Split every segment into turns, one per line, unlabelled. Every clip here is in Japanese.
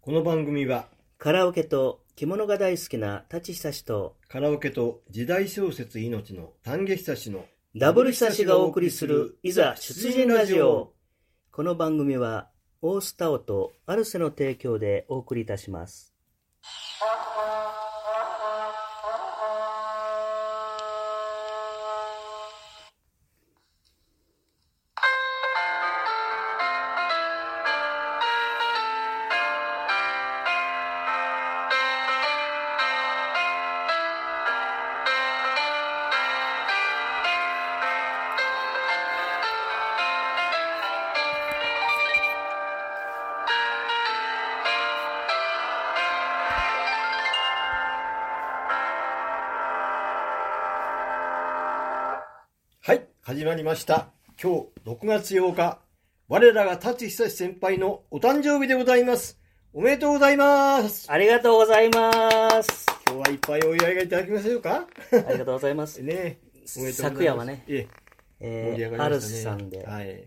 この番組は
カラオケと着物が大好きな舘久志と
カラオケと時代小説命の丹下久志の
ダブル久志がお送りするいざ出陣ラジオ。この番組はオースタオとアルセの提供でお送りいたします。
はい始まりました今日6月8日我らが舘久志先輩のお誕生日でございますおめでとうございます
ありがとうございます。
今日はいっぱいお祝いがいただきましょうか
ありがとうございます。
ねおめでとうございます
昨夜はね
ええ盛
え
り上がり
ー、アル
まし
セ
た
さ
ね
んで
はい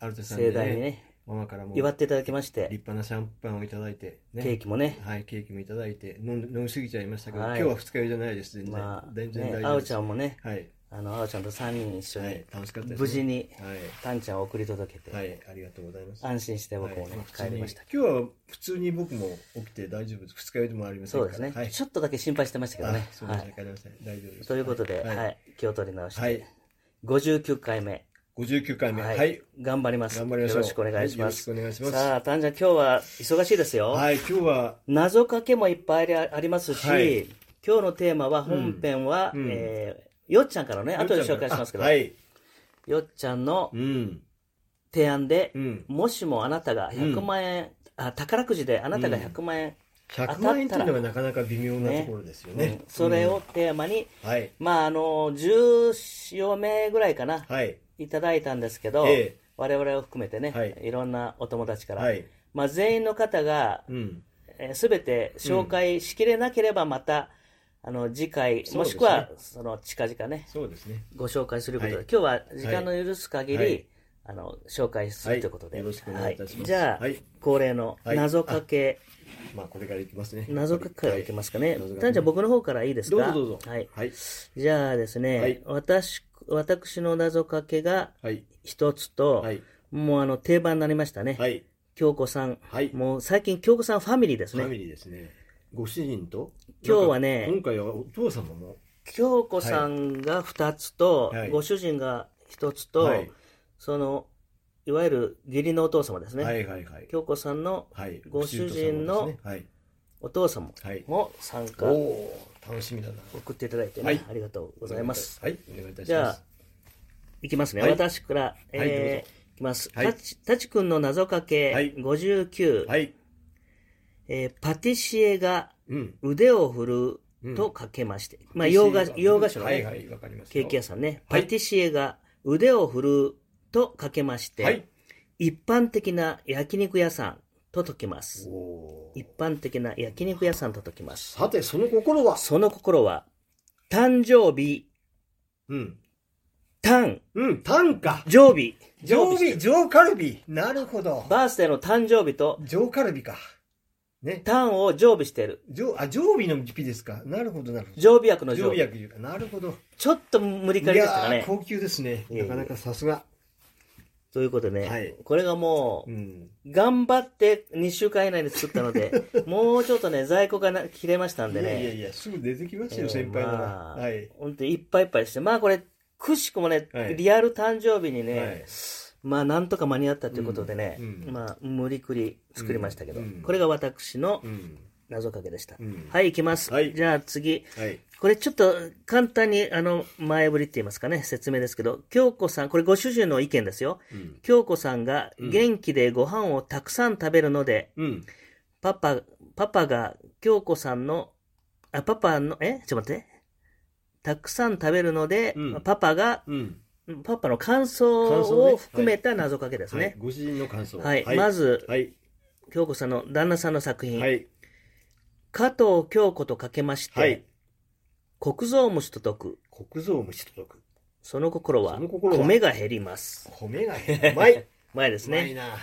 アルテさんで、
盛
ね、
大にね、
ママからも
祝っ
立
ていただきまして、
派なシャンパンをいただいてね
ケーキもね、
はい、ケーキもいただいて飲ん飲みすぎちゃいましたけど、
はい
今日は二日酔いじゃないです全然、
まあ、
全然
ね
大、丈
あ
夫
お
で
ち
す、
ゃんもね、
はい、
あの、あおちゃんと3人一緒
は
に
い、楽しかったです、ね、
無事に
は
タンちゃんを送り届けて、
い、はい、ありがとうございます
安心して僕も
はいま
ね
あ、普通
帰
に
りました。
今日は普通に僕も起きて大丈夫です二日酔いでもありません
そ
か
う
ら
ですね、
はい
ちょっとだけ心配してましたけどね
あ。そう
は
ですね
い、
わかりました大丈夫です
ということで、は
はいい、
気を取り直して、
はい
59回目、
59回目
は
はいい、
頑張ります
頑張りましょう
よろしくお願いします。
はいよろしくお願いします
さあ、タンちゃん、今日は忙しいですよ。
はい今日は
謎かけもいっぱいありますし、
はい
今日のテーマは、本編は、
うん
えーよっちゃんからね、後で紹介しますけど、
あはい
よっちゃんの
うん
提案で
う、ん
もしもあなたが100万円、あ宝くじであなたが100万円、
100万円っていうのがなかなか微妙なところですよね
うんそれをテーマに、
はい
まあ、あの、14名ぐらいかな、
はい
いただいたんですけど、
ええ
我々を含めてね、
はい
い、ろんなお友達から、
はい
まあ、全員の方が
うん
すべ、全て紹介しきれなければまた、あの次回、
すね
もしくはその近々ね
そうですね
ご紹介することで、
はい
今日は時間の許す限り、
はい
あの紹介するということで、
はいよろしくお願いいたします
はじゃあ、
はい
恒例の
はい
謎かけ、
まあこれからいきますね
謎かけをいきますかね、
謎かけ
たんちゃん僕の方からいいです
どう
か
ぞどうぞ
はい、
はい
じゃあですね、
はい
私私の謎かけが
はい
一つと、
はい
もうあの定番になりましたね、
はい
京子さん、
はい
もう最近京子さんファミリーです
ファ
ね
ミリーですねご主人と
今日はね
なんか今回はお父様も
京子さんが2つと、
はい
ご主人が1つと、
はい
そのいわゆる義理のお父様ですね、
はいはいはい
京子さんの
はい
ご主人の
ご主人と様ですね
お父様
はいはい
も参加
おおー楽しみだな
送っていただいてね、
はい
ありがとうございます
はいお願いいたし
じゃ
ま
あ
す
いきますね、
はい
私から、えー
どうぞ
いきます。
はい
たち、たちくんの謎かけ
はい
59、
はい
えーパティシエが
うん
腕を振るとかけまして、まあ、洋菓子、洋菓子のね、
はいはいわかりますよ
ケーキ屋さんね、
はい
パティシエが腕を振るとかけまして、
はい
一般的な焼肉屋さんと解きます
お。おー
一般的な焼肉屋さんと解きます。
さてその心は
その心は、誕生日、
うん
誕、
うん短歌
生日、
上尾上カルビなるほど
バースデーの誕生日と、
上カルビかね
誕を常備している。
上あ上尾のピですかなるほどなるほど
常備薬の常
常備
備。
薬いうかなるほど
ちょっと無理
い
かりでしたか
やー
ね。
高級ですね
いえいえ
なかなかさすが
ということでね、
はい
これがも
う
う、
ん
頑張って2週間以内に作った ので、もうちょっとね、在庫がな切れましたん
い
で
や
ね。
いやいやすぐ出てきますよ
えー
先輩な
ま
ら
あ
はい
本当にいっぱいいっぱいして、まあこれ、くしくもね、
はい
リアル誕生日にね、
はい
まあなんとか間に合ったということでね、
うんうん
まあ無理くり作りましたけど、
うんうん
これが私の
うん
謎かけでした。
うん
はい、いきます。
はい
じゃあ次。
はい
これちょっと簡単にあの前振りって言いますかね、説明ですけど、京子さん、これご主人の意見ですよ。
うん
京子さんが元気でご飯をたくさん食べるので、
うん
パパ、パパが京子さんの、あ、パパの、えちょっと待って。たくさん食べるので、
うん
パパが、
うん
パパの感想
感想ね
を含めた謎かけです
はい
ね。
ご主人の感想
はい。まず、
はい
京子さんの旦那さんの作品、
はい
加藤京子とかけまして、
はい
国蔵虫と解く。
国蔵虫とく
その心は、
その心は
米が減ります。
米がうまい
前です
うまい
ね。
な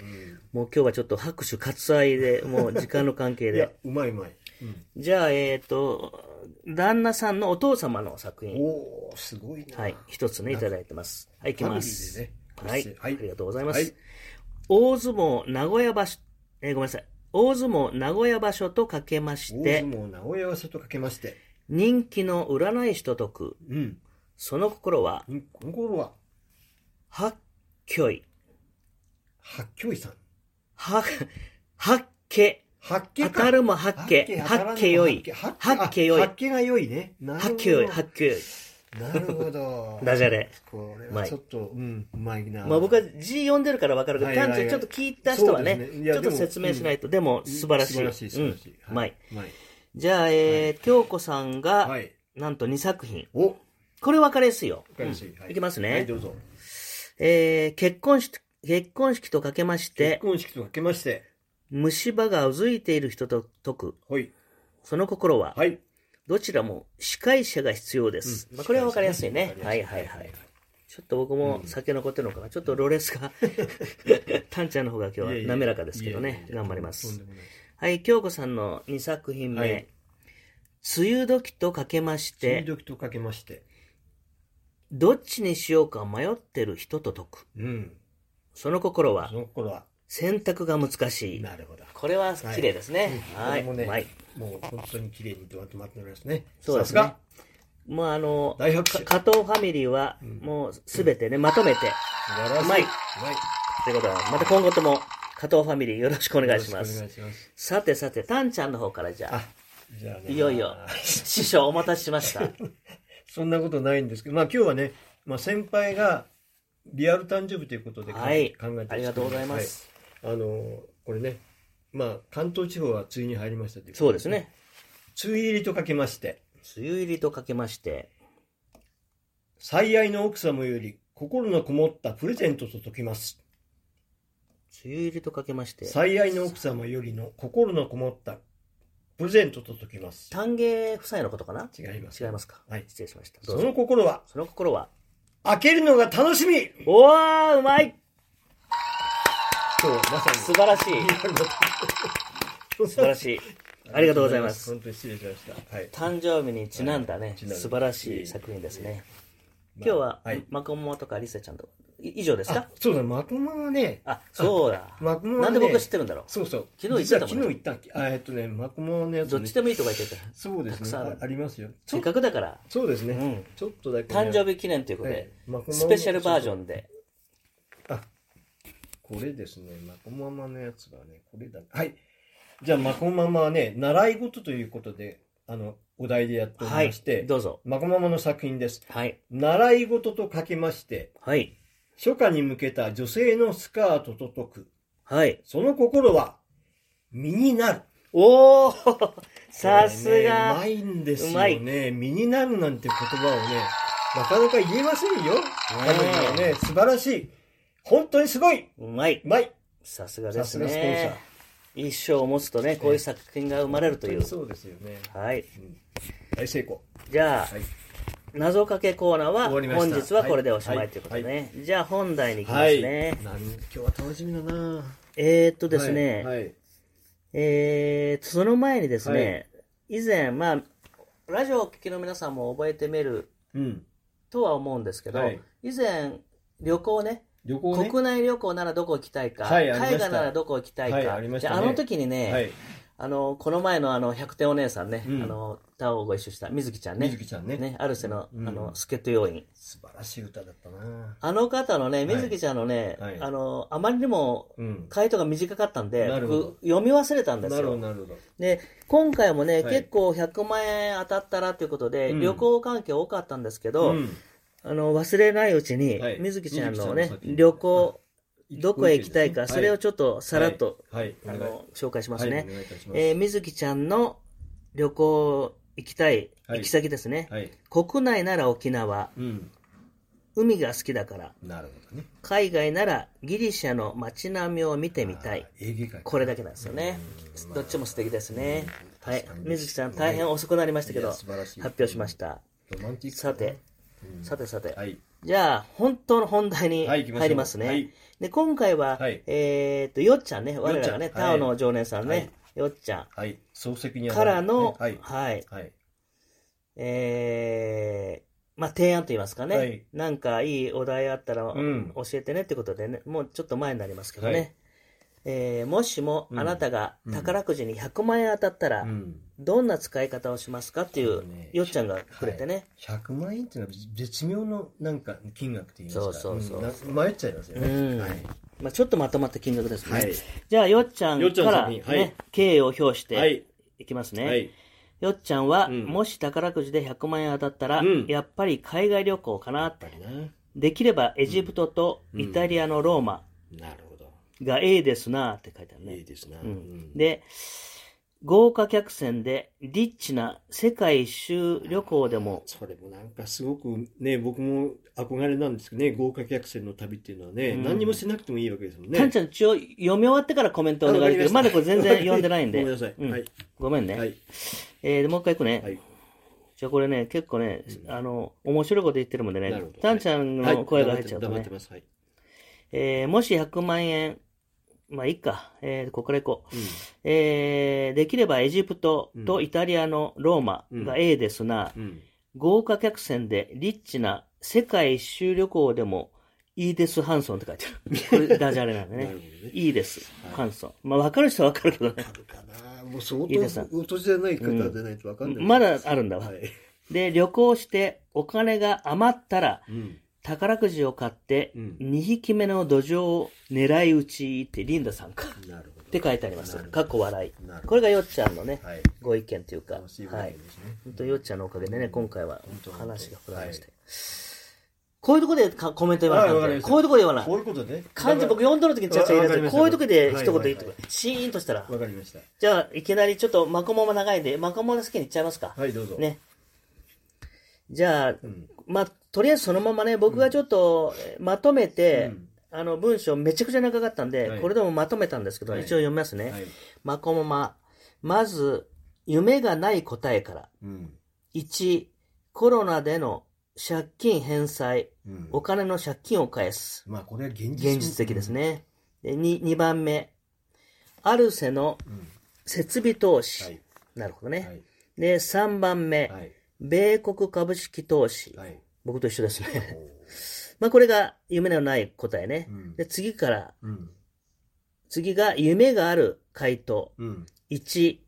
うん
もう今日はちょっと拍手喝愛で、もう時間の関 係
いや
で。、
うまいうまい。うん
じゃあ、えっ、と、旦那さんのお父様の作品、
おー、すごいな。
はい、一つね、いただいてます。はい、いき
ファミ
ま
リー
す。
でね。
はい、
は
ありがとうございます。
はい
大相撲名古屋場所、えーごめんなさい。大相撲名古屋場所とかけまし
大
て
相、撲名古屋は外かけまして。
人気の占い師と解く、
うん。
その心は、
この頃は、
八虚い、
八京さん。
は、八家、
八景
当
か。
たるも八家、八家よい、
八
八景よい
八景が良いね。なるほど
八家よい、八家よい。。
なるほど
ダジャレ。
これ
うま
はいちょっと、うん、うまいな。
まあ僕は字読んでるから分かるけど、
はいはいはい
単純にちょっと聞いた人はね、
そうですねい
ち
や
ょっと説明しないと、でも素晴らしい。
素晴らしい、素晴らしい。
うんうまい。。
うまい。
じゃあ、えー、京子さんが、
はい。
なんと2作品。
お、わ
これ分かりやすいよ。
かりやすい。
うん、
はい
きますね。
はい、どうぞ。
えー結婚式、結婚式とかけまし
結
て、
婚式とかけまして。
虫歯がうずいている人と解く。
はい。
その心は、
はい。
どちらも司会者が必要です。まあ、これはわかりやすいね。はいはいはい。。ちょっと僕も酒残ってるのかな。ちょっとロレス が、タンちゃんの方が今日はい
やいや
滑らかですけど
いやい
ね
や。いや
頑張りま
とん
す
で。もない
はい、京子さんの2作品目。
はい
梅雨時とかけまし
梅雨
て、
時とかけまして。
どっちにしようか迷ってる人と解く。
うん。
その心は
そ、の頃は、
選択が難しい。
なるほど。
これは綺麗ですね。は。
はいいうんこれもね
はい。
もう本当に綺麗にまとまっておりますね。
そうで
さ
す
す
ね
が、
まああの、
大拍手。素
加藤ファミリーは、もうすべてね、まとめて、
晴らしい。
うまい
まい。
うということは、また今後とも、加藤ファミリーよろしくお願いしま
よ
す。
ろしくお願いします。
さてさて、タンちゃんの方からじゃあ、
あ、じゃあね。
いよいよ、師匠お待たせしました。
そんなことないんですけど、まあ今日はね、まあ先輩がリアル誕生日ということで考
はい
えて、考えて
ありがとうございま。す。
はいあの、これね、まあ関東地方は梅雨に入りましたといこと
そうです。ね。
梅雨入りとかけまして、
梅雨入りとかけまして、
最愛の奥様より心のこもったプレゼントと解きます。
梅雨入りとかけまして、
最愛の奥様よりの心のこもったプレゼントと解きます。
丹下夫妻のことかな
違います。
違いますか
はい
失礼しました。ど
そう
ぞ
の心は、
その心は、
開けるのが楽しみ
おー、うまい
そう、まさに。
素晴らしい。
素
素 晴らしい。ありがとうございます。
本当に失礼しました。はい。
誕生日にちなんだね、
いちなんだ
素晴らしい作品ですね。
まあ
今日は、
はい。
マコモとかリセちゃんと、い以上です
あ
か、
そうだ、まともはね、
あ、そうだ。
マコモはね
なんで僕知ってるんだろう。
そうそう。
昨日言ってたも
実
んね
は昨日言ったっけあ、えっとね、まとものやつ
ど
ね
っちでもいいとか言ってた。
そうです
たく
ね。
さんあ
あ
る
ありますよ。ち
せ
ょ
っかくだから、
そうです
う
ね。
ん。
ちょっとだけね。
誕生日記念ということ
はい
で、
マコモの
スペシャルバージョンで、
あ、これですね、マコママのやつがね、これだ、はい。じゃあ、マコママはね、習い事ということで、あの、お題でやってお
は
りま
い
して、、
どうぞ。
マコママの作品です。
はい。
習い事と書きまして、
はい。
初夏に向けた女性のスカートと解く。
はい。
その心は、身になる。
おー さす
こ
が、
れねうまいんです
うま
よね。
い
身になるなんて言葉をね、なかなか言えませんよ。彼女はね、素晴らしい。本当にすごい。。
うまいう
まい。
さすがで
さ
す
すがスポンサー
ね。。一生を持つとね、こういう作品が生まれるという。
そうですよね。
はい。
うん大成功。
じゃあ、
はい。
謎かけコーナーは、
終わりまし
本
た
日はこれでおしま
はいい
ということでね。
は
じゃあ、本題に行きます
はい。
ね。
なん今日は楽しみだな
えー、っとですね、
はい。はい
えー、その前にですね、以前、まあ、ラジオをお聞きの皆さんも覚えてみる
うん。
とは思うんですけど、
はい
以前、旅行ね、
旅行ね。
国内旅行ならどこ行きたいか、
はいありまし
海
た
外ならどこ行きたいか、
はいありましたね
じゃああの時にね、
はい。
あの、この前のあの、100点お姉さんね、
うん
あの、歌をご一緒した、みずきちゃん
み
ね、
ずきちゃんね。
ね、アルセの、
うん
あの、助っ人要員。
素晴らしい歌だったな
あの方のね、みずきちゃんのね、
はい
あの、あまりにも、
うん。
回答が短かったんで
な、るほど
僕、読み忘れたんです
なるほど、
よ。
なるほど。
で、今回もね、
はい
結構100万円当たったらということで、
うん
旅行関係多かったんですけど、
うん
あの、忘れないうちに、
はい
みずきちゃんの
みずきちゃん
ね
の、先に
旅行、どこへ行きたいか、それを
ちょっ
ちょっとさらっと、、
はい。はいお願い
あの、紹介しますね。
はいお願いいたします
えー、みずきちゃんの旅行行きたい
はい
行き先ですね、
はい。
国内なら沖縄、
うん。
海が好きだから、
なるほどね。
海外ならギリシャの街並みを見てみたい
あ。ー。営業会。
これだけなんですよね
う。ん
どっちも素敵ですね。
うん
はい
確か。に
みずきさん大変遅くなりましたけ
い
ど、
や
発
素晴らしい
表しました。
ロマンティックだ
さ
な
て、
うん
さてさて、
はい。
じゃあ、本当の本題に
はい、行き
入
ましょう
りますね。
はい。
で、今回は、
はい
えーっと、よっちゃんね、我らが
よ
ね、
っちゃんはい
タオの常連さんね、
はい
よっちゃ
はい。漱石に
ん
は
からの、
は
はい
い、。
はい、
はい。
えー、まあ、提案と言いますかね、
はい
なんかいいお題あったら、
ん
教えてねってことでね、もうちょっと前になりますけどね、
はい
えーもしも
うん
あなたが
うん
宝くじに100万円当たったら、
うん。
どんな使い方をしますかっていう、
ね
よっちゃんがくれてね、
100万円っていうのは絶妙のなんか金額って言いますか
そうそうそうん
な迷っちゃいますよね。
うん
はい。
まあ、ちょっとまとまった金額ですね。
はい。
じゃあ、よっちゃ
よっ
ん
ちゃ
か
んさ
ら、
ん
ね
にはい
敬意を表して、、
はいい。
きますね、
はい。
よっちゃんは、
うん
もし宝くじで100万円当たったら、
うん
やっぱり海外旅行かなって
やっぱりな。
できればエジプトと
うん
イタリアのローマ
なるほど。
がええですなって書いてあるね
いいですな。
う
うん
ん、で豪華客船でリッチな世界一周旅行でも
それもなんかすごくね、僕も憧れなんですけどね、豪華客船の旅っていうのはね、
うん
何にもしなくてもいいわけですもんね。
たんちゃん一応読み終わってからコメントお願いして
あ
ま
わかりま
だこれ
した
全然読んでないんで
ごめんなさい。
うん
はい。
ごめんね、
はい。
えーでもう一回いくね、
はい。
じゃあこれね結構ね、
うん
あの面白いこと言ってるもんでね
なるほど
たんちゃん
はい
の声が入っちゃうとね、
黙ってます。はい。
えーもし100万円まあいいか、えーここからいこう
うん
えーできればエジプトとイタリアのローマがええですな、
うん。
豪華客船でリッチな世界一周旅行でもいいですハンソンって書いてある。これダジャレなん で
なるほ
ね
ど。ね。
いいです、
はい
ハンソン。まあ分かる人は分かるけどね。
あるかな。もう相
いいです
当、お年じゃない方でないとわかんない。
まだあるんだわ。
はい。
で、旅行してお金が余ったら
うん。
宝くじを買って
うん
2匹目の土壌を狙い撃ちってリンダさんか。っ
なるほど。
て書いてあります
なる。ほど
かっこ笑い。
なる
こ
ほ
れがよっちゃんのね
ど。、はい。
ご意見というか。
楽しい
は
わ
い
け。ですね。
本当よっちゃんのおかげでね、今回は
本当
話が膨らみまして
は。
こういうとこでかコメント言わな
はいわ
か
か
っ
りまし
た
た
こういうとこで言わない
こ。ういうことね。
漢字僕読んどるときにちゃっちゃ入れて、こういうときで一言言ってくれ。シーンとしたら。
わかりました。
じゃあ、いきなりちょっとマコモも長いんで、マコモの好きに言っちゃいますか。
はい、どうぞ。。
ね。じゃあ
う、ん。
まあ、とりあえずそのままね、僕がちょっとえーまとめて
うん、
あの、文章めちゃくちゃ長かったん
は
で、
い
これでもまとめたんですけど、
はい
一応読みますね
は。い。
マコモマ。まず、夢がない答えから。
うん。
1コロナでの借金返済
うん
お金の借金を返す
まあ、これは現実
現実的です。ね 2, 2番目アルセの
うん。
設備投資、
はい。
なるほどね、
はい。
で3番目、
はい。
米国株式投資、
はい。
僕と一緒ですね
おー
まあこれが夢のない答えね、
うん
で次から
うん。
次が夢がある回答
うん。
1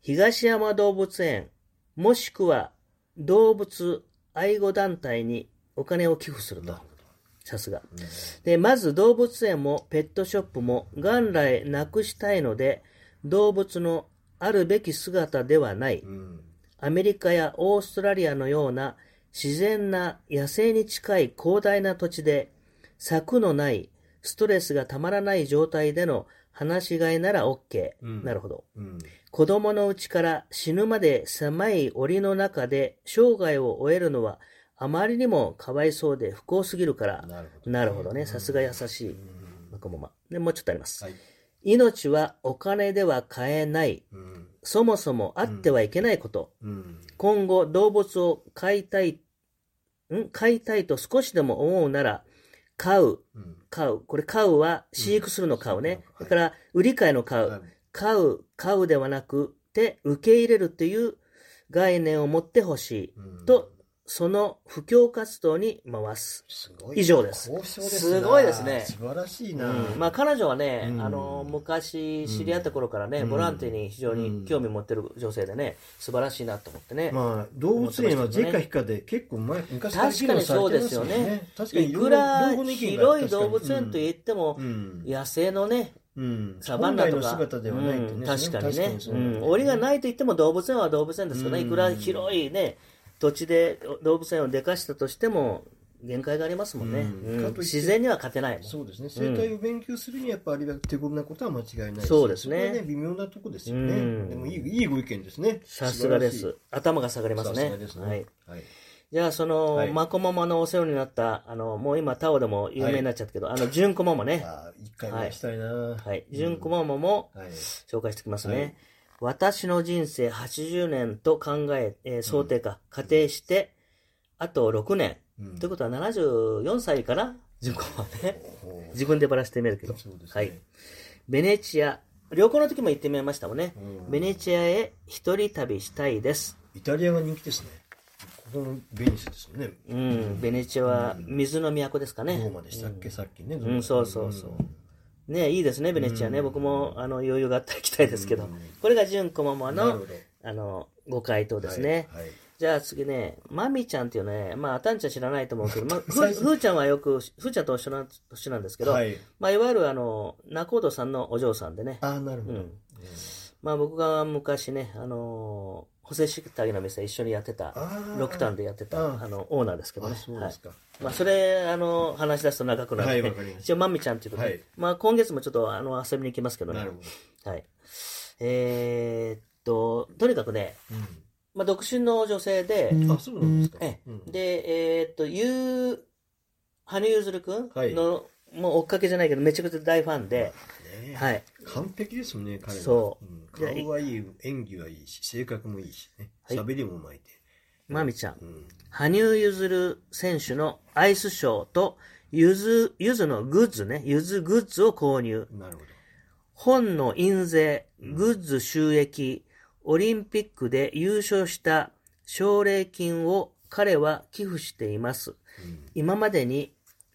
東山動物園もしくは動物愛護団体にお金を寄付する
な
と
るほど。
さすが
うん
でまず動物園もペットショップも元来なくしたいので動物のあるべき姿ではない
うん。
アメリカやオーストラリアのような自然な野生に近い広大な土地で柵のないストレスがたまらない状態での話し飼いなら OK、
うん
なるほど
うん。
子供のうちから死ぬまで狭い檻の中で生涯を終えるのはあまりにもかわいそうで不幸すぎるから
なるほど。
なるほどね。さすが優し
う
い。
ん
マコモマ。で、もうちょっとあります。
はい。
命はお金では買えない。
うん。
そもそもあってはいけないこと。
うん。
今後、動物を飼いたい、ん飼いたいと少しでも思うなら、飼う、
うん。
飼う。これ飼うは飼育するの飼う
うん
ね。
はい
だから、売り買いの飼
は
う
い。
飼う、飼うではなくて、受け入れるという概念を持ってほしい。
うん
と、その布教活動に回す。
すご
以上です
高尚な
すごいですね
素晴らしいな。
うんまあ、彼女はね、
うん
あの昔知り合った頃からね、
うん
ボランティアに非常に興味持ってる女性でね素晴らしいなと思ってね、
まあ、動物園は是か非かで結構前昔から議論されてますよね。確かに
い
両
く
方
ら
両方の意見が
広い動物園といっても、
うん
野生のね、
うん、
サバンナと
本来の
か、
姿ではないってね、
うん確かにね、
そううなんだよ
ん、檻がないといっても動物園は動物園ですからね、
うん
いくら広いね、土地で動物園をでかしたとしても、限界がありますもんね、
うん
う
か
ん
といって
自然には勝てないもん。
そうですね生態を勉強するにはやっぱありが手頃なことは間違いないし
そうですね
れは微妙なとこですよね、
うん
でもいいいいご意見ですね
さすがで
素
す。頭が下がり
晴
ま
ら
す
しい
ね。
さすがですね
はい。
はい
じゃあ、その、
はい
マコママのお世話になった、あの、もう今、タオでも有名になっちゃったけど、あの、ジュンコママね。
あー一回お会いしたいな、は
はい。ジュンコママも
はい
紹介してきますね。
はい
私の人生80年と考え、えー想定か、仮定して、あと6年。
うん
ということは74歳かな人口はね。自分でばらしてみるけど。
そうですね
はい。ベネチア。旅行の時も行ってみましたもんね。
うん
ベネチアへ一人旅したいです。
イタリアが人気ですね。ここのベニスですよね。
うん、ベネチアは水の都ですか
ロ
ね。
ーマでしたっけ、さっきね。
んそうそうそうね、いいですね、ベネチアね。僕も、あの、余裕があったら行きたいですけど。これが純子ママ
なる
の
ほ、ど
あの、ご回答ですね。
はい。はい
じゃあ次ね、マミちゃんっていうね、まあ、あたんちゃん知らないと思うけど、まあ、ふふーちゃんはよく、ふーちゃんと一緒な、年なんですけど、
はい。
まあ、いわゆるあの、仲人さんのお嬢さんでね、
ああ、なるほど。
うんまあ、僕が昔ね、あのー、補正式旅の店一緒にやってた、
ああ。
六段でやって
あ
た、
ー
あの、オーナーですけど
あ、
ね。
そう
は
で
い
す。か。
まあ、それ、あの、話し出すと長くなるん
は
で、
い、わかりまし
一応、まみちゃんっていうことで、
はい
まあ、今月もちょっと、あの、遊びに行きますけ
た。
ど
な
ね。
るほど。
はい。えーっと、とにかくね、まあ、独身の女性で、
うんあ、そうなんですか。
え
う
え
ん、
で、えーっと、ゆう、羽生結弦くんの、
はい
もう追っかけじゃないけど、めちゃくちゃ大ファンで、
ね。
はいい。
完璧ですもんね、彼は。
そ
うん。顔はいい、演技はいいし、性格もいいしね。
はい
喋りもうまいて。
まみちゃん
う、ん。
羽生結弦選手のアイスショーと、ゆず、ゆずのグッズね、ゆずグッズを購入。
なるほど。
本の印税、グッズ収益、オリンピックで優勝した奨励金を彼は寄付しています。
うん
今までに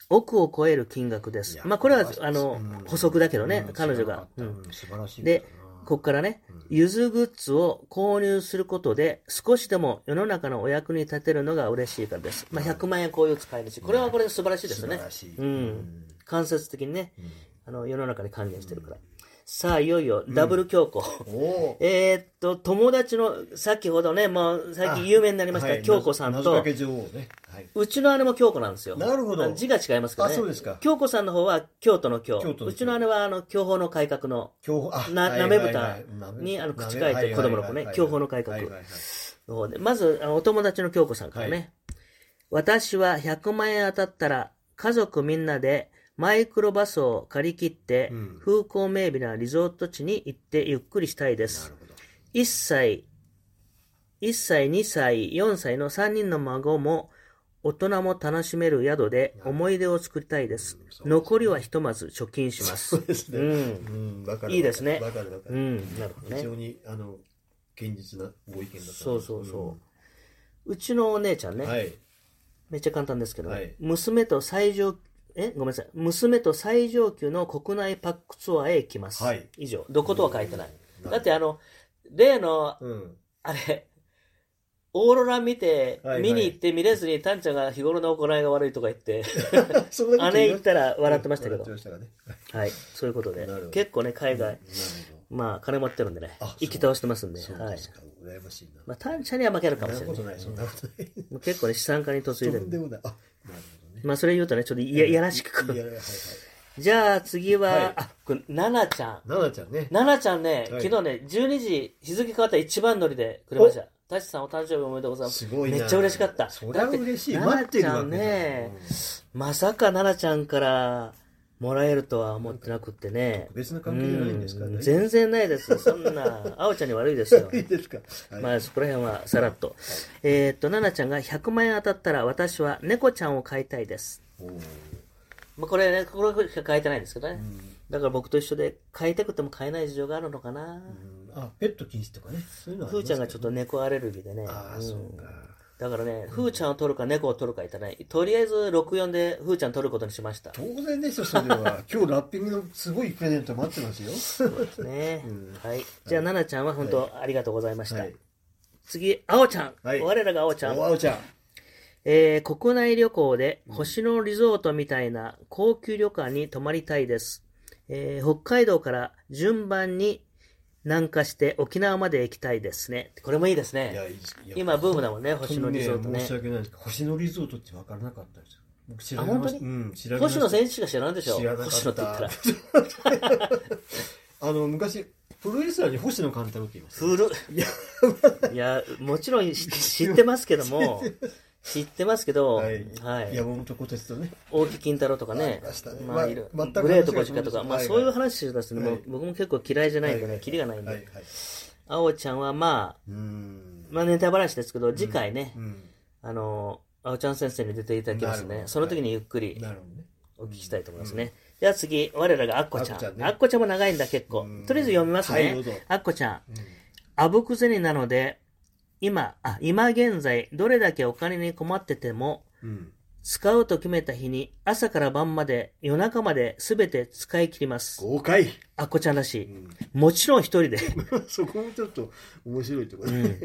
億を超える金額で
い
す
や。
まあこれは
素晴、ら
あ
しい
の
うん、
補足だけどね
う、ん
彼女
知らなか
が
っ。た
うん
うん素晴らしい
で
ことだな
ここからね
うん、
ゆずグッズを購入することで少しでも世の中のお役に立てるのが嬉しいからです。まあ100万円こういう使い道。これはこれで素晴らしいですよね
素晴。らしい。
うん間接的にね、
うん
あの、世の中に還元してるから。さあ、いよいよダブル強行。
おー
えーっと、友達の、先ほどね、もう、最近有名になりまし
は
た、
い
京子さん
謎謎か、
と
け女王ね。はい。
うちの姉も京子なんですよ。
なるほど
あの字が違いますけどね。
あそうですか
京子さんの方は京都の京。
京都の
う
京
ちの姉は、あの、享保の改革の
競歩、あ
な
はい
鍋
はい
豚
はい鍋
にあの口
鍋
書いて
はい
子供の子ね
はいはい
競歩の改革
はいはいはい
方で、まず、あのお友達の京子さんからね。
は
私は100万円当たったら、家族みんなでマイクロバスを借り切って、
うん
風光明媚なリゾート地に行ってゆっくりしたいです
な。るほど。
1歳、1歳、2歳、4歳の3人の孫も、大人も楽しめる宿で思い出を作りたいです
うんそうで。すね
残りはひとまず貯金します。
そうですね。
うん
うん、わかる。
いいですね
わかるわか
う
る。
ん、なるほど
非
ね
常。に、あの、堅実なご意見だった。
そうそうそう。うちのお姉ちゃん
う
ね、
ん。はい。
めっちゃ簡単ですけど、
はい
娘と最上、え、ごめんなさい。娘と最上級の国内パックツアーへ行きます。
はい
以上。どことは書いてない。
うん
だってあの、例の
うん。
あれ、オーロラ見て、
はいはい
見に行って見れずに、タンちゃんが日頃の行いが悪いとか言って、
そんなこと
姉
言いまし
行っ
た
たら笑ってましたけ
笑
ど
って、ましたかね。
はい、そういうことで
なるほど、
結構ね、海外、
なるほ
まあ、金持ってるんでね
あ、
生き倒してますん
ど。
で、
そう
は
で
い
す。か。羨ましいな。
まあ、タンちゃんには負けるかもし
そ
れ
ん
な
ないこと。ない、そんなことない。
もう結構ね、資産家に
と
嫁いでる
ん
ん
で
で。
もない。あ、なるほどね。
まあ、それ言うとね、ちょっといやいやらしく
いや
く。
はいはい。
じゃあ、次
は、
はいあ、これ、ナナちゃん。
奈々ちゃんね。
ナナちゃんね、
は
昨
い
日ね、12時、日付変わったら一番乗りでくれました。タチさんお誕生日おめでとうございます。
すごいな。
めっちゃ嬉しかった
そりゃ嬉しい。
だって
待ってるわけ
奈々ちゃんねまさか奈々ちゃんからもらえるとは思ってなくってね。
別な関係じゃないんですか
う
ね。
全然ないですよ。そんな、あおちゃんに悪いですよ。
いいですか。はい
まあそこら辺はさらっと。えーっと、奈々ちゃんが100万円当たったら私は猫ちゃんを飼いたいです。
おー
まあこれね、これしか飼えてないんですけどね
う。ん
だから僕と一緒で飼いたくても飼えない事情があるのかな。
うんあ、ペット禁止とかね。そういうのはあり
ふ
ます
ーち
け
ゃん
ど
が
ね
ちょっと猫アレルギーでね。
あ
う
あ、
ん
そうか。
だからね、ふーちゃんを取るか猫を取るかいたない。とりあえず64でふーちゃん取ることにしました。
当然でしょ、それ は。今日ラッピングのすごいプレゼント待ってますよ。
ね、
うん
はい。じゃあ、奈々ちゃんは本当ありがとうございました。
はい
次、あおちゃん。
はい
我らがあおちゃん
お。あおちゃん。
えー、国内旅行で星野リゾートみたいな高級旅館に泊まりたいです。えー、北海道から順番に南下して沖縄まで行きたいですね。これもいいです
いや、
ね。
いいいや
今ブームだもんね、星野リゾー
本
ト
当に
ね
申。し訳ないですけど星野リゾートって分からなかったんですよ。僕知ら
あ
な
本
か
当
っ
に
た。うん、知らなか
星
った
野選手しか知らんでしょ。
知らなかった
星野って言ったら。
あの、昔、プロレスラーに星野勘太郎って言います。
古いや、もちろん知知ってますけど も、知ってますけど、
はい
はい
山本小鉄とね。
大木金太郎とかね
ありましたね、
ま
ま
あ、
あ
いる
全く
グレートコジカとか、
話が
まあ、
違う
そういう話を出すとね、
はい
もう僕も結構嫌いじゃないんで
は
ね、
い
キリがないん
はい
で、
はい。
あおちゃんはまあ、
うーん。
まあ、ネタばらしですけど、次回ね
う、ん。
あの、あおちゃん先生に出ていただきます
なるほ
ね。
ど
その時にゆっくり
なるほどね。
お聞きしたいと思いますね。では次、我らがアッコちゃ
アッコちゃん
ん。
ね
アッコちゃんも長いんだ結構
うん。
とりあえず読みます
はいど
ね
うぞ。
アッコちゃん。
うん
あぶくぜになので、今、あ、今現在、どれだけお金に困ってても、
うん。
使うと決めた日に、朝から晩まで、夜中まで、すべて使い切ります。
豪快、
アッコちゃんらし
う
い。
ん、
もちろん一人で。
そこもちょっと面白いところ
う
だね。
ん。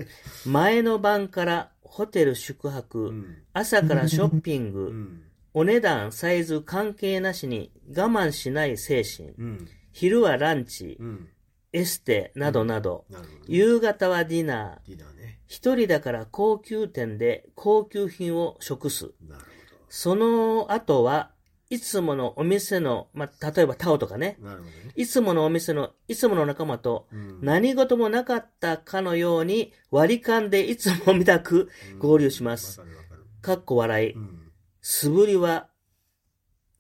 前の晩から、ホテル宿泊、
うん。
朝からショッピング、
うん。
お値段、サイズ関係なしに我慢しない精神、
うん。
昼はランチ、
うん。
エステなどなど、
なるほど、ね。
夕方はディナー、
ディナーね。
一人だから高級店で高級品を食す。
なる
その後はいつものお店の、まあ、例えばタオとかね
ほ、ど。なるほどね。
いつものお店の、いつもの仲間と、
うん
何事もなかったかのように割り勘でいつもみたく、合流します。
うんわかるわかる
かっこ笑い、
うん。
素振りは、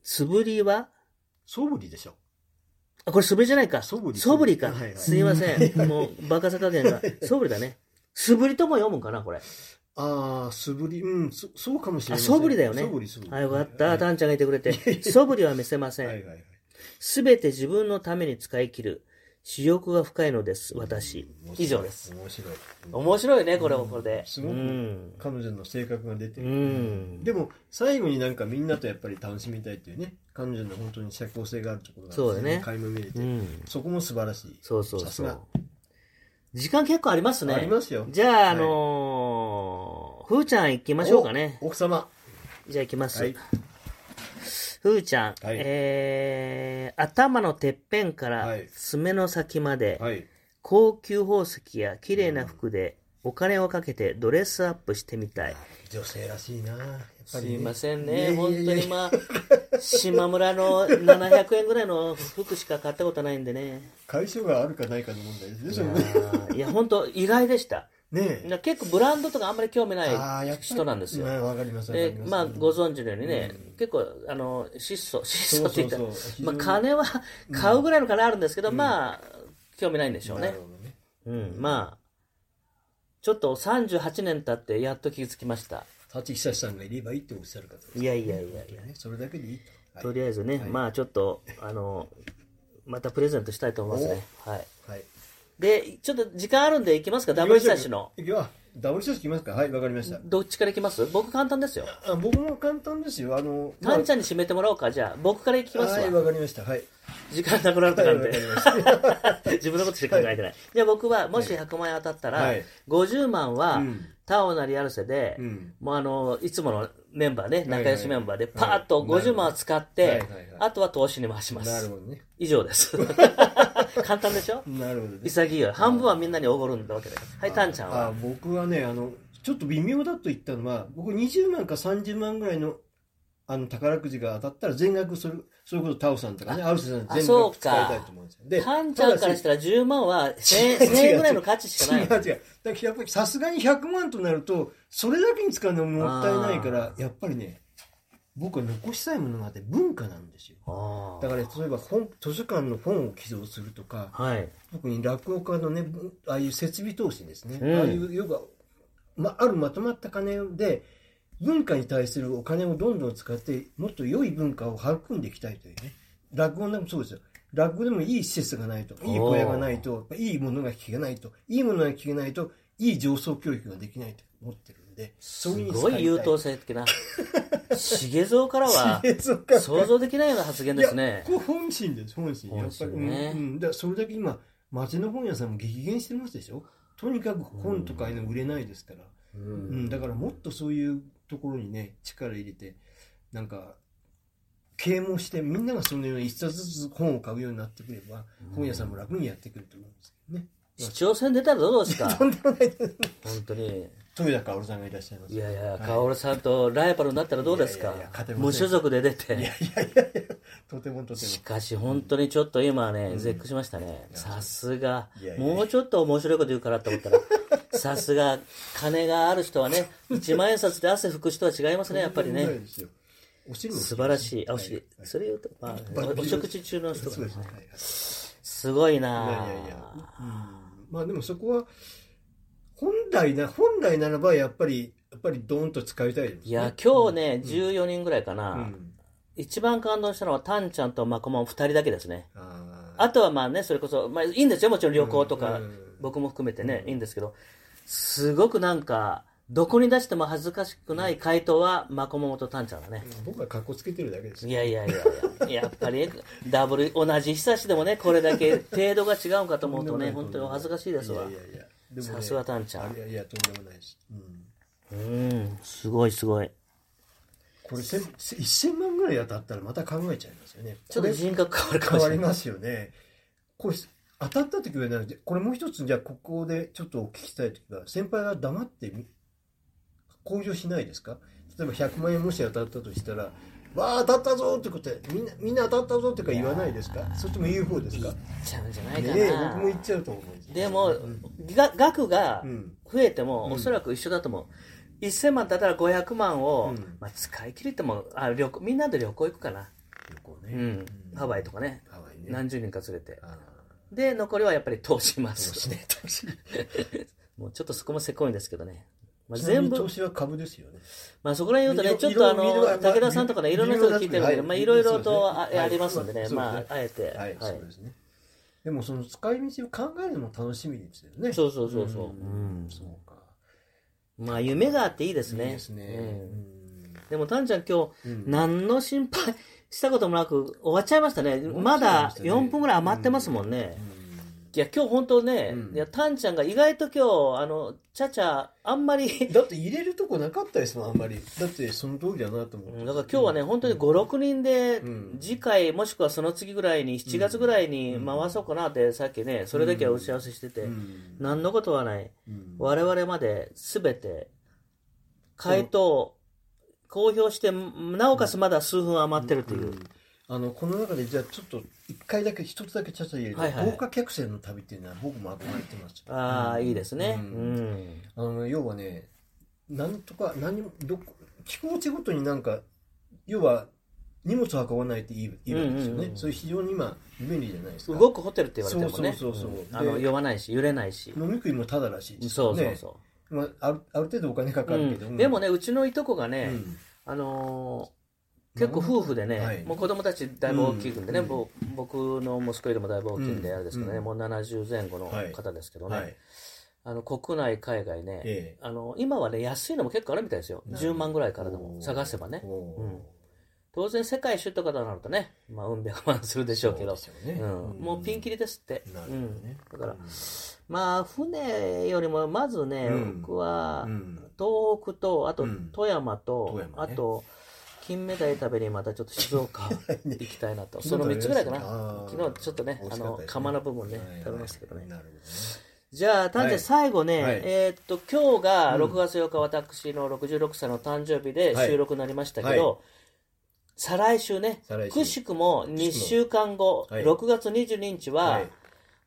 素振りは
ソブリでしょ。
あ、これ素振りじゃないか。
素振り
素振りか。
はいはい
すいませ ん。もう、バカさ加減が。素振りだね。素振りとも読むんかな、これ。
ああ、素振り。うん、そそうかもしれない。
あ素振りだよね
素振り、素振り。
あ、よかっ
は
た。
い
タ
は
ンちゃんがいてく れて。素振りは見せませ
い
ん。
はいはい。
すべて自分のために使い切る。私欲が深いのです、私
うん面。白い
以上です。
面白い。
面白いね、これもこれで。
すごく
うん。
彼女の性格が出て
う
る。
ん。
でも最後になんかみんなとやっぱり楽しみたいっていうね彼女の本当に社交性があるところが
そうだね
垣間見れて、
うん。
そこも素晴らしい
そうそう
さす
そ
が
う。時間結構ありますね。
ありますよ
じゃあ、
はい
あのー、ふーちゃん行きましょうかね。
お奥様
じゃあ行きます。
はい
ふーちゃん、
はい
えー、頭のてっぺんから
はい
爪の先まで、
はい
高級宝石や綺麗な服でお金をかけてドレスアップしてみたい。
女性らしいなやっぱ
す
りね、
いません
いやいや
ね、
いや
本当にま あ、島村の700円ぐらいの服しか買ったことないんでね。
解消があるかないかの問題ですねそれね
いや、本当意外でした。
ねえ
結構ブランドとかあんまり興味な
ー
い人なんですよ。
まあわかりますわかり
で
ます
まあご存知のようにね、結構あの質素質素って言ったら
そうそうそう
まあ、金は買うぐらいの金あるんですけど、まあ興味ないんでしょう
なる
ね
ほ、どね
うん、まあちょっと38年経ってやっと気づきました
幸久志さんがいればいいっておっしゃる方です
いやいやいやいや、
ねそれだけでいいと
と
はい、
りあえずね、まあちょっとあのまたプレゼントしたいと思いますねはい
はい、
でちょっと時間あるんでいきますかダブル久しの
いきましょうかいきますダブル久志いきますかはいわかりました
どっちからいきます僕簡単ですよ
あ僕も簡単ですよあの
タンちゃんに締めてもらおうかじゃあ僕からいきます
は
わ
いわかりましたはい
時間なくなったなん
はいわか
で
りました
自分のことしか考えてない。じゃあ僕は、もし100万円当たったら、
はい
50万は、
うん
タオなりアルセで、
うん
もうあの、いつものメンバーね、
はい
仲良しメンバーで、パーッと
はい
50万を使っ
はい
て
はいはい、
あとは投資に回しま
なる
す。
ほどね。
以上 です。簡単でしょ
なるほどね。
潔いよ。半分はみんなにおごるんだわけだから。はい、タンちゃん
あ
は。
僕はね、あの、ちょっと微妙だと言ったのは、僕20万か30万ぐらいの、あの、宝くじが当たったら全額それ、それこそタオさんとかね、アルセさん
あ
全
そう
額
か
使いたいと思うんですよ。で
タンちゃんからしたら10万は1000
違う
円
違う
1000円ぐらいの価値しかない。
違う違う。だからやっぱりさすがに100万となると、それだけに使うのももったいないから、やっぱりね、僕は残したいものがあって文化なんですよ。
あ
だから例えば本、図書館の本を寄贈するとか、
あはい。
特に落語家のねああいう設備投資ですね、
うん
ああいうよく、ま、あるまとまった金で文化に対するお金をどんどん使ってもっと良い文化を育んでいきたいというね落語でもそうですよ落語でもいい施設がないといい小屋がないといいものが聞けないといいものが聞けないといい上層教育ができないと思ってるんでそう
す
う
ごい優等生 的な。茂蔵からは、
生か
想像できないような発言です
いや
ね
こ。れ本心です本心やっぱり、
本心ね
うんうん、だからそれだけ今町の本屋さんも激減してますでしょとにかく本とかいうの売れないですから、
う
うん
ん
だからもっとそういうところにね力入れてなんか啓蒙してみんながそのように一冊ずつ本を買うようになってくれば、本屋さんも楽にやってくると思うんですけどね
市長選出たらどうですか
とんでもないです
本当に。
豊田薫さんがいらっしゃいます
いやいや、
はい
薫さんとライバルになったらどうです
い
か
やいやいや勝てません
無所属で出
いや
て。
いやいやいやとてもとても
しかし、本当にちょっと今はね、絶句しましたね。さすが
いやい。やいや
もうちょっと面白いこと言うからと思ったら、さすが、金がある人はね、一万円札で汗拭く人は違いますね、やっぱり
とんでもない
ね。
ですよお尻も
素晴らしい。あ、お
は
尻
い。
それ言うと、まあ、
バリバリ
おお食事中の人
そう
が
ですね、はいはい
すごい
いや
ない
やいや、うん、まあでもそこは本来な、本来ならばやっぱり、やっぱりドーンと使いたいです、ね。
いや、今日
うん
ね、14人ぐらいか
う
な。
ん
一番感動したのは、タンちゃんとマコマン2人だけですね。
あー
あとはまあね、それこそ、まあいいんですよ、もちろん旅行とか
うんうん、
僕も含めてね、いいんですけど、すごくなんか、どこに出しても恥ずかしくない回答は、マコモモとタンちゃんだね。
僕は格好つけてるだけです
い。やいやいやいや、やっ ぱり、ダブル、同じ久しでもね、これだけ程度が違うんかと思うと ね、本当にお恥ずかしいですわ
い。やいやいやでもね
さすがタンちゃん
あいやいや、とんでもないです。うん
うん、すごいすごい。
これせんせ1000万ぐらい当たったらまた考えちゃいますよね。
ちょっと人格変わるか
変
もし
わ
れ
り
ない。
ますよね。これ当たった時はなくて、これもう一つじゃあここでちょっとお聞きしたい時は、先輩は黙ってみ公表しないですか例えば100万円もし当たったとしたら、わあ当たったぞってことで、みんな、みんな当たったぞってか言わないですかそれとも言う方ですかね
ちゃうんじゃないか
え、僕も言っ
な。
ちゃうと思うんす
でも
うん、
が額が
うん
増えても、
うん
おそらく一緒だと思う。1000万だったら500万を
うん、
まあ使い切れても、あ、旅行、みんなで旅行行くかな。
旅行
う
ね。
ん。ハワイとかね。
ハワイね。
何十人か連れて。
あ
で、残りはやっぱり投資しま
ー投資
す。
ね、投 資。
もうちょっとそこもせこいんですけどね。まあ
ちなみ
全
に
部
投、資は株ですよね。
まあそこら辺言うとね、
い
ち
ろ
ょっとあ
いろいろ
の、
まあ
武田さんとかね、いろんな人が聞いてるけ
いろい
ど、
ろ
まあ
はい
いろいろとあ
はい
ありますんでね、
そうですね
まああえて。
はい、
はい
そうですね。でもその使い道を考えるのも楽しみですよね。
そうそうそうそう。
ん
うん
そうか。
まあ夢があっていいですね。
いいですね。
うん
うん
でも、たんちゃん今日、
うん
何の心配したこともなく終わっちゃいましたね。
わ
ま
っちゃいま
だ
したね
4分ぐらい余ってますもんね。いや、今日本当ね、
うん
いや、たんちゃんが意外と今日、あの、ちゃちゃ、あんまり、
だって入れるとこなかったですもん、あんまり。だってその通りだなと思
う
っ
ん
て。
だから今日はね、本当に5、6人で、
うん
次回もしくはその次ぐらいに、7月ぐらいに
うん
回そうかなって、さっきね、それだけは打ち合わせしてて、
うん、
何のことはない。
うん
我々まで全て、回答、公表して、なおかつまだ数分余ってるという。
んあの、この中でじゃあちょっと一回だけ、一つだけちゃっと入れると、
はいはい
豪華客船の旅っていうのは僕も憧れてます。
ああ、いいですね。
う
う
ん
ん。
あの要はね、なんとか、何もどこ気候地ごとになんか、要は荷物を運ばないって言う言うんですよね、
うんうんうん
それ非常に今、便利じゃないですか。
動くホテルって言われてもね。
そうそうそうそう
うんあの、
で
酔わないし、揺れないし。
飲み食いもただらしいです
そ
よ
う
ね
そうそう。
まあ、あるある程度お金かか
う
るけど、
んでも
ね、
ね、うちのいとこがね、
うん
あのー結構夫婦でね、
はい
もう子供たちだいぶ大きいんでね、
うん
ぼ僕の息子よりもだいぶ大きいん
う
で、
ん
あれですけどね、
うん
もう70前後の
はい
方ですけどね、
はい、
あの国内、海外ね、
ええ
あの今はね、安いのも結構あるみたいですよ、
なるほど
10万ぐらいからでも探せばね、
おー
うん当然、世界一周とかとなるとね、まあ、うん百万するでしょうけど、
そうですよね
うん、もうピンキリですって。
なるほ
う
ど
ん
ね、
だから、まあ、船よりも、まずね、
うん
僕は
う、ん
東北と、あと
うん、
富山と、
富山
あ
ね
と、金目鯛食べにまたちょっと静岡行きたいなと。
ね
その3つぐらいか
金目鯛
な
あ。ー
昨日ちょっとね
美、
あ
味しかった
の
ですね、
釜の部分ね
はいはい、
食べましたけどね。
なるほどね
じゃあ、丹
は
治
い
最後ね、
はい
えーっと、今日が
うん
6月8日、私の66歳の誕生日で
はい
収録になりましたけ
は
ど、再来週ね
再来、週
くしくも2週間後、
はい
6月22日
は、
はい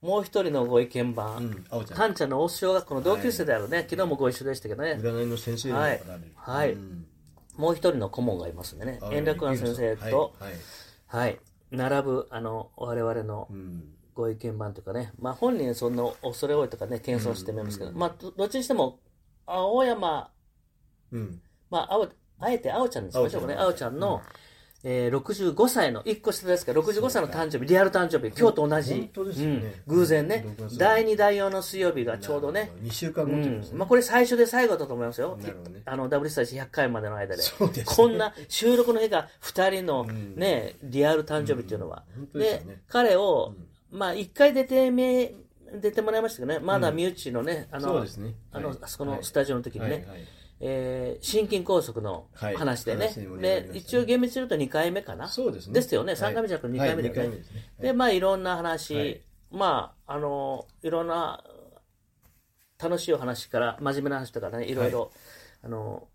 もう一人のご意見
う
番、
ん、あおちゃん
丹ちゃんの大須小学校の同級生であるね、昨日もご一緒でしたけどね、
占いの先生にもなられる
はいはい
うん
もう一人の顧問がいますんでね、円楽庵先生と、
はいはい
はい、並ぶ、あの、我々の
うん
ご意見番というかね、まあ本人そんな恐れ多いとかね、謙遜してみますけど、まあどどっちにしても、青山、
うん
まあ、あおあえて青ちゃんにしましょうかね、青
青
ち
ち
ゃ
ゃ
ん
ん
の、えー、65歳の、1個下ですから、65歳の誕生日、リアル誕生日、今日と同じ、
本当ですよね
うん偶然ね
6、月
第2、第4の水曜日がちょうどね、
2週間後
う
ってことで
ん
す
まあ、
ね
これ最初で最後だと思いますよ。
なるほどね
あの、ダブルスタジ100回までの間で。
そうですね
こんな収録の日が2人の
ん
ね、リアル誕生日っていうのは。
うん本当です
で
よね、
彼を、まあ、1回出てめ、出てもらいましたけどね、まだ身内のね、あ
そう
の
ですね、
あの
はい、
あそこのスタジオの時に
はい
ね、
はい
えー心筋梗塞の
はい
話でね
話に盛り、上がり
で
ましたね
一応厳密に言うと2回目かな。
そうですね
よね。
はい
3回目じゃなくて2回目だよね。
はい二回目ですね
で、まあ、いろんな話、
はい
まあ、あの、いろんな、楽しいお話から、真面目な話とかね、いろいろ、あの、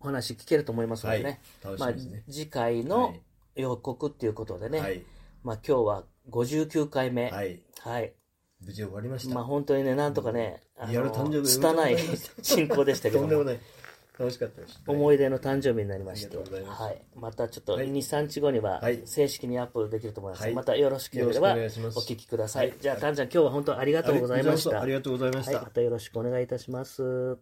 お話聞けると思いますのでね。
はい
まあ
楽しみですね、
次回
は
の
い
予告っていうことでね、
はい
まあ、今日は59回目。。
はいい無事終わりました
まあ、本当にね、なんとかね、
リアル誕生日
拙
おめ
い
でとうございます
進行でしたけ
と
ど
んでも
も。
ない楽しかったです。
思い出の誕生日になりまして、
ありがとうございます
はい、またちょっと
はい
2、3日後には
はい
正式にアップできると思います。
はい
またよろしければ
よ
お
ろしくお願いします
聞きください。
はい
じゃあ、たんちゃん、今日は本当ありがとうございました。
ありがとうございまし
はい、
た
ま。たよろしくお願いいたします。